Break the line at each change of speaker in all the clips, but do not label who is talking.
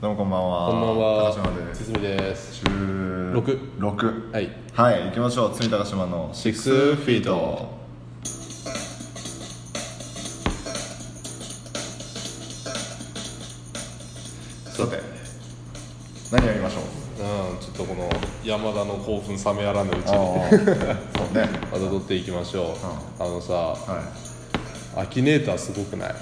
どうもこんばんは。
こんばんは。
高島です。
すみです。
十
六
六。
はい。
はい、行きましょう。積み高島のシックスフィート。さて、何やりましょう。
うん、ちょっとこの山田の興奮冷めやらぬうち
あ
に。
ーそうね。
また撮っていきましょう。あのさ、
はい。
アキネーターすごくない。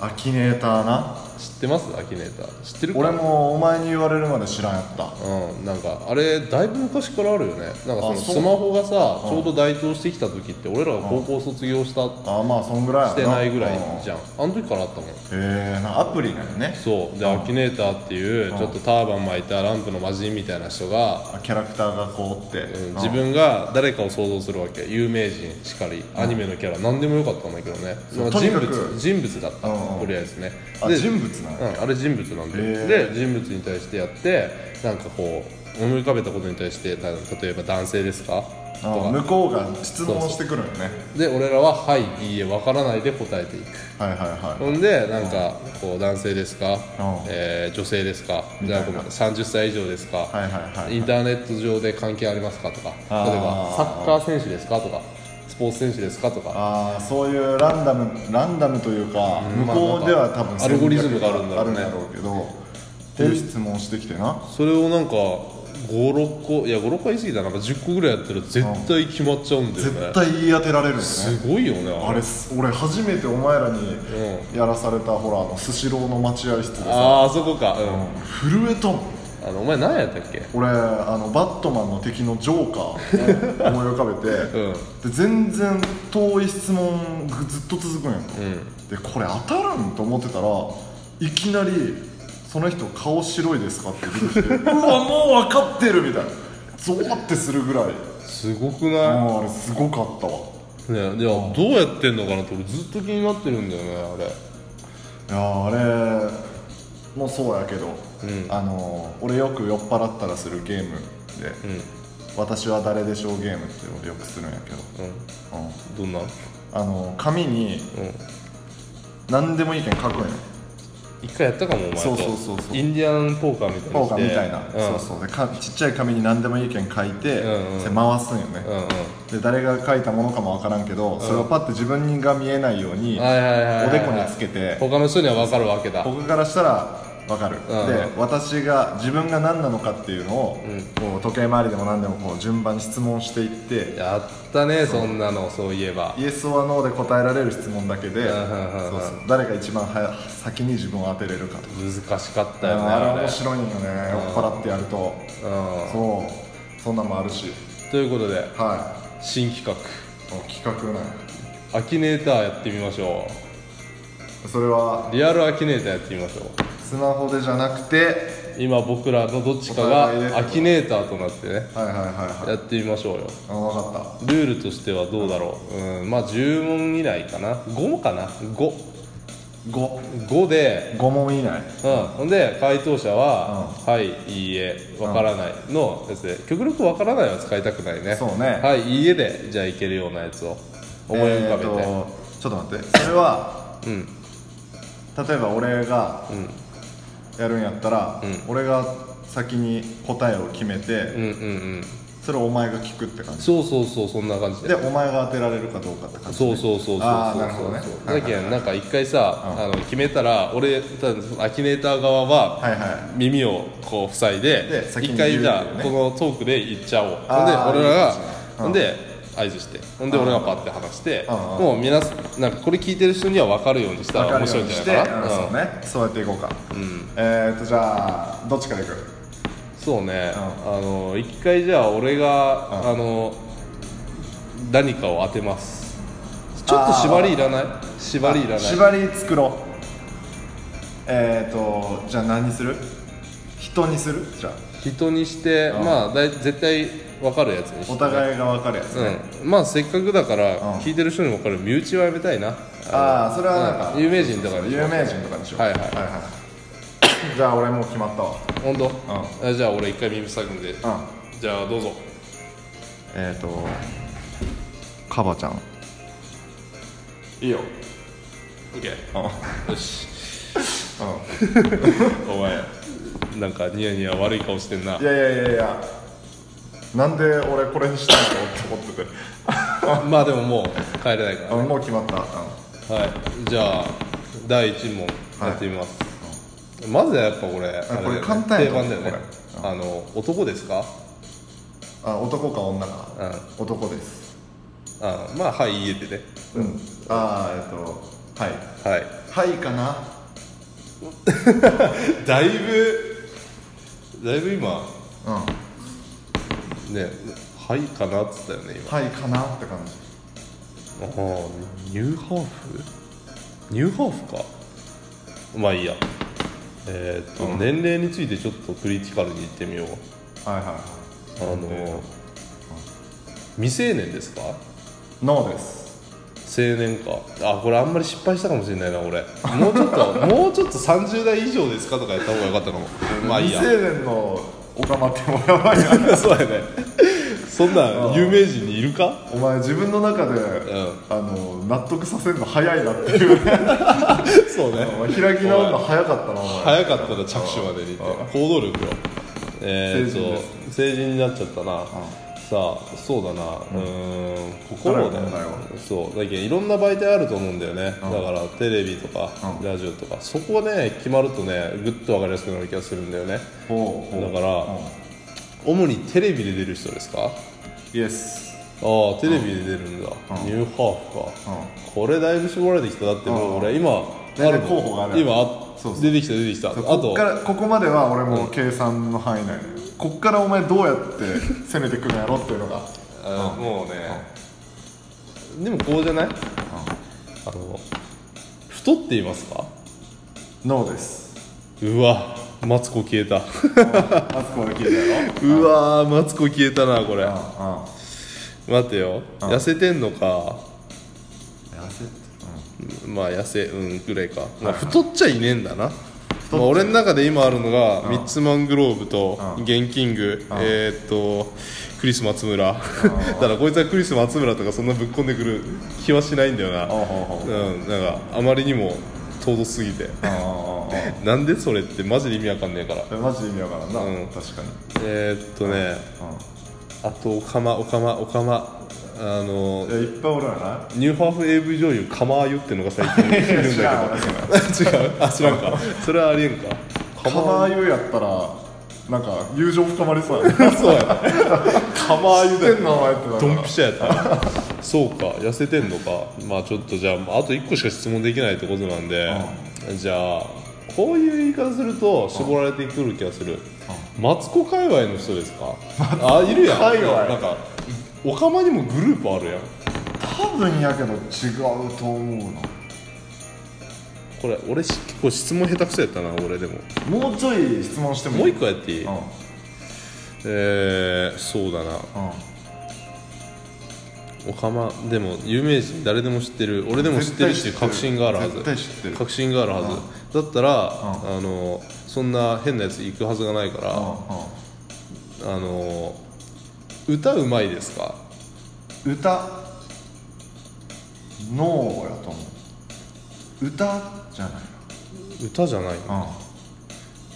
アキネーターな。
知ってます、アキネーター。知ってるか。
俺もお前に言われるまで知らんやった。
うん、なんかあれだいぶ昔からあるよねなんかそ
あ
の
そう
スマホがさちょうど台頭してきた時って俺らが高校卒業したし
あー、まあそんぐらいやな。
てないぐらい
うん
じゃんあの時からあったもん
へえなアプリなのね
そうでアキネーターっていうちょっとターバン巻いたランプの魔人みたいな人が
あキャラクターがこうって、
うん
うん
自分が誰かを想像するわけ有名人しかりアニメのキャラ何でもよかったんだけどね、
そう
まあ
とに
人
かく
物人物だった、
うんうん
とりあえずね
あ
で
人物なの、
うん、あれ人物なんで、
へ
で人物に対してやってなんかこう思い浮かべたことに対してな例えば男性ですかと
あ
か
向こうが質問してくるよね
で俺らは「はい」「いいえ」わからないで答えていく
はいはいはい、
ほんでなんかこう男性ですか、えー女性ですか
み
じ
た
ゃ
い
あ
な
ごめん30歳以上ですか、
はいはいはい
インターネット上で関係ありますかとか例え
あー
ばサッカー選手ですかとかスポーツ選手ですかとか
ああそういうランダムランダムというか、向こうでは多分
まあなんかアルゴリズムがあるんだろうね
あるけどっていう質問してきてな
それをなんか56個いや56個は言い過ぎたななんか10個ぐらいやったら絶対決まっちゃうんだよね
絶対言い当てられるよね
すごいよね
あれす俺初めてお前らにやらされた、ほらあのスシローの待合室でさ
あーあそこかうん、
震えとん
あのお前何やったっけ
俺あのバットマンの敵のジョーカ ーを思い浮かべて、
うん
で全然遠い質問がずっと続くんやん、でこれ当たらんと思ってたらいきなり「その人顔白いですか?」って出てきて「うわもう分かってる」みたいなゾワってするぐらい
すごくな
もうあれすごかったわ
い、ね、ではどうやってんのかなって俺ずっと気になってるんだよねあれ
いやーあれもそうやけど、あのー俺よく酔っ払ったらするゲームで「私は誰でしょう」ゲームって俺よくするんやけど、
う
うん
んどんな
あの紙に
うん
何でもいいけん書くんよ
一回やったかもお前と
そうそうそうそう
インディアンポーカーみたいな
ポ
の
ーカ
して
ーみたいな、
うん、
そうそうでかちっちゃい紙に何でもいいけん書いて、
うんうん
それ回すんよね、
うんうん
で誰が書いたものかもわからんけど、それをパッて自分が見えないように、
はいはいはいはい
おでこにつけて
他の人には分かるわけだ
僕からしたらわかる、
うん
で私が自分が何なのかっていうのを、こう時計回りでも何でもこう順番に質問していって
やったねそんなのそういえば
イエス・オア・ノーで答えられる質問だけで、
うんうんうんうん
そうそう誰が一番はや先に自分を当てれるかとか
難しかったよね
あ
あ
れ
れ
面白いよね酔っ払ってやると
う
そうそんなんもあるし
んということで
は
新企
いもう企画ない
画アキネーターやってみましょ
それは
うリアルアキネーターやってみましょう
スマホでじゃなくて
今僕らのどっちか
お互いで
がアキネーターとなってね
はいはいはいはい
やってみましょうよ
あ分かっ
ルールとしてはどうだろううんまあ10問以内かな5かな55
た5
5で
5問以内
うん、ほんで回答者は「はいいいえわからない」のやつで極力わからないは使いたくないね
そうね
はいいいえでじゃあいけるようなやつを思い浮かべて、
えーとちょっと待ってそれは
うん
例えば俺が
うん
やるんやったら、
うん
俺が先に答えを決めて、
うんうんうん
それをお前が聞くって感じ
そうそうそうそんな感じで
でお前が当てられるかどうかって感じね、
そうそうそうそうそう
ああなるほどね
だけ
はい
どなんか一回さ、
うん
あの決めたら俺ただそのアキネーター側は、
はいはい
耳をこう塞いで
で先
一
に
回
言う
じゃ
よ
あ
ね
このトークで言っちゃおうほんで
あー
俺ら
いい
が
ですねうん
ほんで合図してほんで俺がパッて話して
うん
もう皆さんなんかこれ聞いてる人には分かるようにした
分からるよう
面白いん
にし
じゃ
て、
な
う
いか
ん
な
そうねそうやっていこうか、えっとじゃあどっちからいく
うんそうねあの一回じゃあ俺があの何かを当てますちょっと縛りいらない縛りいらない
縛り作ろうえっ、とじゃあ何にする人にするじゃあ
人にしてまあだい絶対分かるやつにして
お互いが分かるやつね、
うん、まあせっかくだから
うん
聞いてる人にも分かる身内はやめたいな
ああそれはなんか、
有名人とかにし
有
よう
名人とかにしよう
はいはい
はいじゃあ俺もう決まったわ
本当、あじゃあ俺一回耳塞ぐんで、
うん
じゃあどうぞ
えっ、ー、とカバちゃん
いいよ OK
うん
よし
うん
お前なんかニヤニヤ悪い顔してんない
やいやいやいやなんで俺これにしたのかって思ってて
まあでももう帰れないから
あもう決まった、うん
はいじゃあ第1問やってみます、まずはやっぱこれあれだよね
これ簡単や
定
と思
番
う
だよね
これ
あの男ですか
あ男か女か、男です
あまあはい家でね
うんああえっとはい
はい
はいかな
だいぶだいぶ今
うん
ねはいかなっつったよね今
はいかなって感じ
あーニューハーフニューハーフかまあいいやえーっと、
うん
年齢についてちょっとクリティカルに言ってみよう
はいはいは
あの
うん
未成年ですか
いノーです
青年かあこれあんまり失敗したかもしれないな俺もうちょっと もうちょっと30代以上ですかとかやった方がよかったかもまあいいや
未成年のおかまってもやばいな
そうやねそんなん有名人にいるか
お前自分の中で、
ん
あの納得させるの早いなっていうね
そうね
お前開き直るの早かったなお前
早かったら着手までにって行動力よえー、っ
成人
と成人になっちゃったなさあそうだなうーん心だよ
誰が問
そうだけどいろんな媒体あると思うんだよねだからテレビとか
うん
ラジオとかそこはね決まるとねグッと分かりやすくなる気がするんだよね
ほうほう
だから
うん
主にテレビで出る人ですかあ
イエス
あテレビで出るんだ
ん
ニューハーフか
う
これだいぶ絞られてきただってもう俺今
全然
あるもん
候補がある
今
そうそう
出てきた出てきたあ
んこっ
と
からここまでは俺も計算の範囲内で、こっからお前どうやって攻めてくるんやろっていうのが
あもうね、でもこうじゃない、あの太っていますか
ノー です
うわマツコ消えた
あそこまで聞いたやろ
うわマツコ消えたなこれ
ああ
待てよ
ん
痩せてんのか
痩せ
まあ痩せうんぐらいか、ま
はいはい
あ、太っちゃいねえんだな、まあ、俺の中で今あるのがミッツマングローブとゲンキングえーっとクリス松村 だからこいつはクリス松村とかそんなぶっ込んでくる気はしないんだよな
ああ
うんなんかあまりにも尊すぎて
ああああ
なんでそれってマジで意味わかんねえから
ああマジで意味わからんな、
うん
確かに、
えー、っとね
う
あとおかまおかまおかまあの
ん、いやいっぱいおるわ
ニューハーフ AV 女優かまあゆってのが最近い
な
るんだけど 違うあ知らんかそれはありえんか
カマーユやったらなんか友情深まりそうやね
あそうやなかまあゆ
知っ
だ
てんのお前ってだか
ド
ら
ンピシャやったなそうか痩せてんのかまあちょっとじゃああと1個しか質問できないってことなんで、じゃあこういう言い方すると絞られてくる気がする、マツコ界隈の人ですかあいるやん
界隈
なんかおかまにもグループあるやん
多分やけど違うと思うな
これ俺し結構質問下手くそやったな俺でも
もうちょい質問してもいい
もう一個やっていい、
うんうん
えー、そうだなおかまでも有名人誰でも知ってる俺でも知ってるっていう確信があるはず
絶対知ってる
確信があるはず、だったら、あのそんな変なやつ行くはずがないから、
う
あの歌うまいですか
んうん歌ノーやと思う歌じゃない
歌じゃないの
な、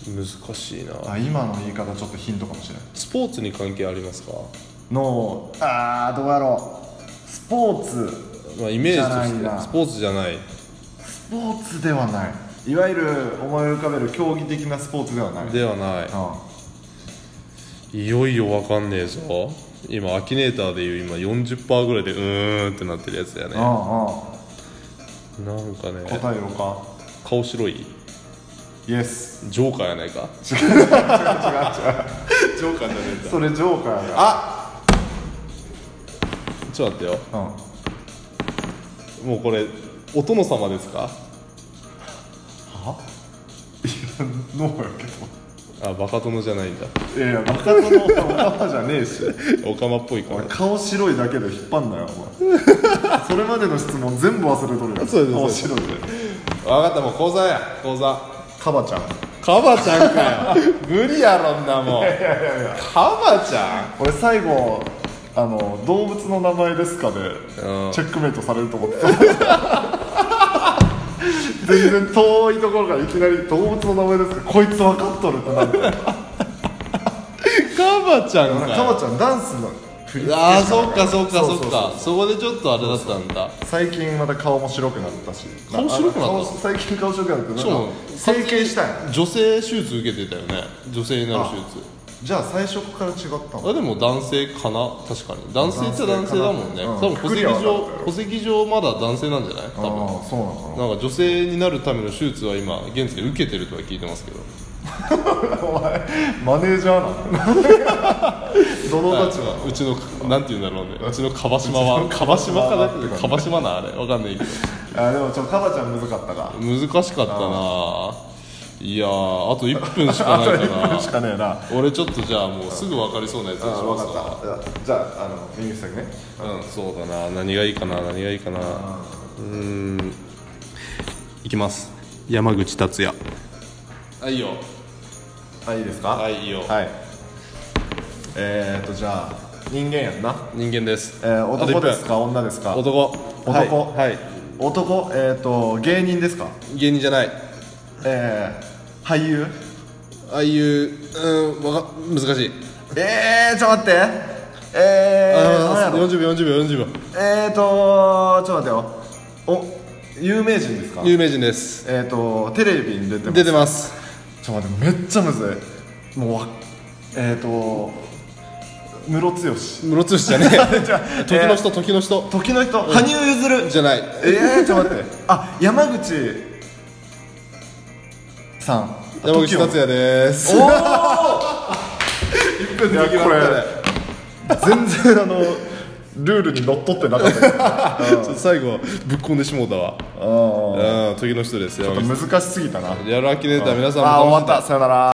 難しいな
あ今の言い方ちょっとヒントかもしれない
スポーツに関係ありますか、
ノーあーどうやろうスポーツ
まあ、イメージとし
じゃないな
てスポーツじゃない
スポーツではないいわゆる思い浮かべる競技的なスポーツではない
ではな
う
い
ん
いよいよわかんねえぞ今アキネーターでいう今40%ぐらいでうーんってなってるやつだよね
うん
なんか
うん
ね
答えようか
顔白い
イエス
ジョーカーやないか
違う違
ジョーカーじゃねえ
うそれジョーカーやあ
ちょっと待ってよ
うん
もうこれお殿様ですか
ノーやけど
あバカ殿じゃないんだ
いやいやバカ殿の頭じゃねえし
オカマっぽいか
俺
ら
顔白いだけで引っ張んなよお前 それまでの質問全部忘れとるやん
そうです
顔白いで
分かったもう講座や講座
カバちゃん
カバちゃんかよ 無理やろんなもんカバちゃ
俺最後あの動物の名前ですかで
ん
チェックメイトされると思ってただ全然遠いところからいきなり動物の名前ですかこいつ分かっとるってなって
カバちゃん
カ
か
バちゃんダンスの振り付けしか
ああ
な
そっかそっかそっ
うう
か
う
そこでちょっとあれだったんだ
最近また顔も白くなったし
顔白く
あ
なった
の顔最近顔白くなってなん
しかも
か整形したい
女性手術受けてたよね女性になる手術
じゃあ最初から違った
あ
の
でも男性かな確かに男性っちゃ男性だもんね、
うん
多分戸籍
くくりは分か
上
る
戸籍上まだ男性なんじゃない多分
ああそうなの
なんか女性になるための手術は今現在受けてるとは聞いてますけど
かなマネージャーな のどの立場
うちのなんて言うんだろう ねうちの樺島は樺島かなって樺島なあれわかんないけど
あでもちょカバちゃんむずかったか
難しかったないやーあと1分しかないか
1分
ら
しかねえな
俺ちょっとじゃあもうすぐ分かりそうなやつに
あ
し
分
ます
かったじゃあじゃああの右下ね
うんそうだな何がいいかな何がいいかなうーんいきます山口達也はいよ
あいいですか
は
はい
いよ、
はいえーっとじゃあ人間やんな
人間です
えー
あと
男
一分
ですか女ですか
男
男
はい、はい、
男えーっと芸人ですか
芸人じゃない
えー俳優
ああいううんわか難しい
えーちょっと待ってえー
あ
なん
ー
やろ
40秒40秒40秒
えーっとちょっと待ってよお有名人ですか
有名人です
えーっとテレビに出てます
出てます
ちょっと待ってめっちゃむずいもうわえーっとムロツヨシ
ムロツヨシじゃねえ時の人時の人
時の人羽生結弦
じゃない
えー、ちょっと待ってあ山口さん
山口達也です
おお分でこれ全然あのルールにのっとってなかったけど
ちょっと最後ぶっこんでしもうたわ
あー
うん時の人です
ちょっと難しすぎたな
やるアキネーター皆さんも
あー
楽し
終
んで
わったさよなら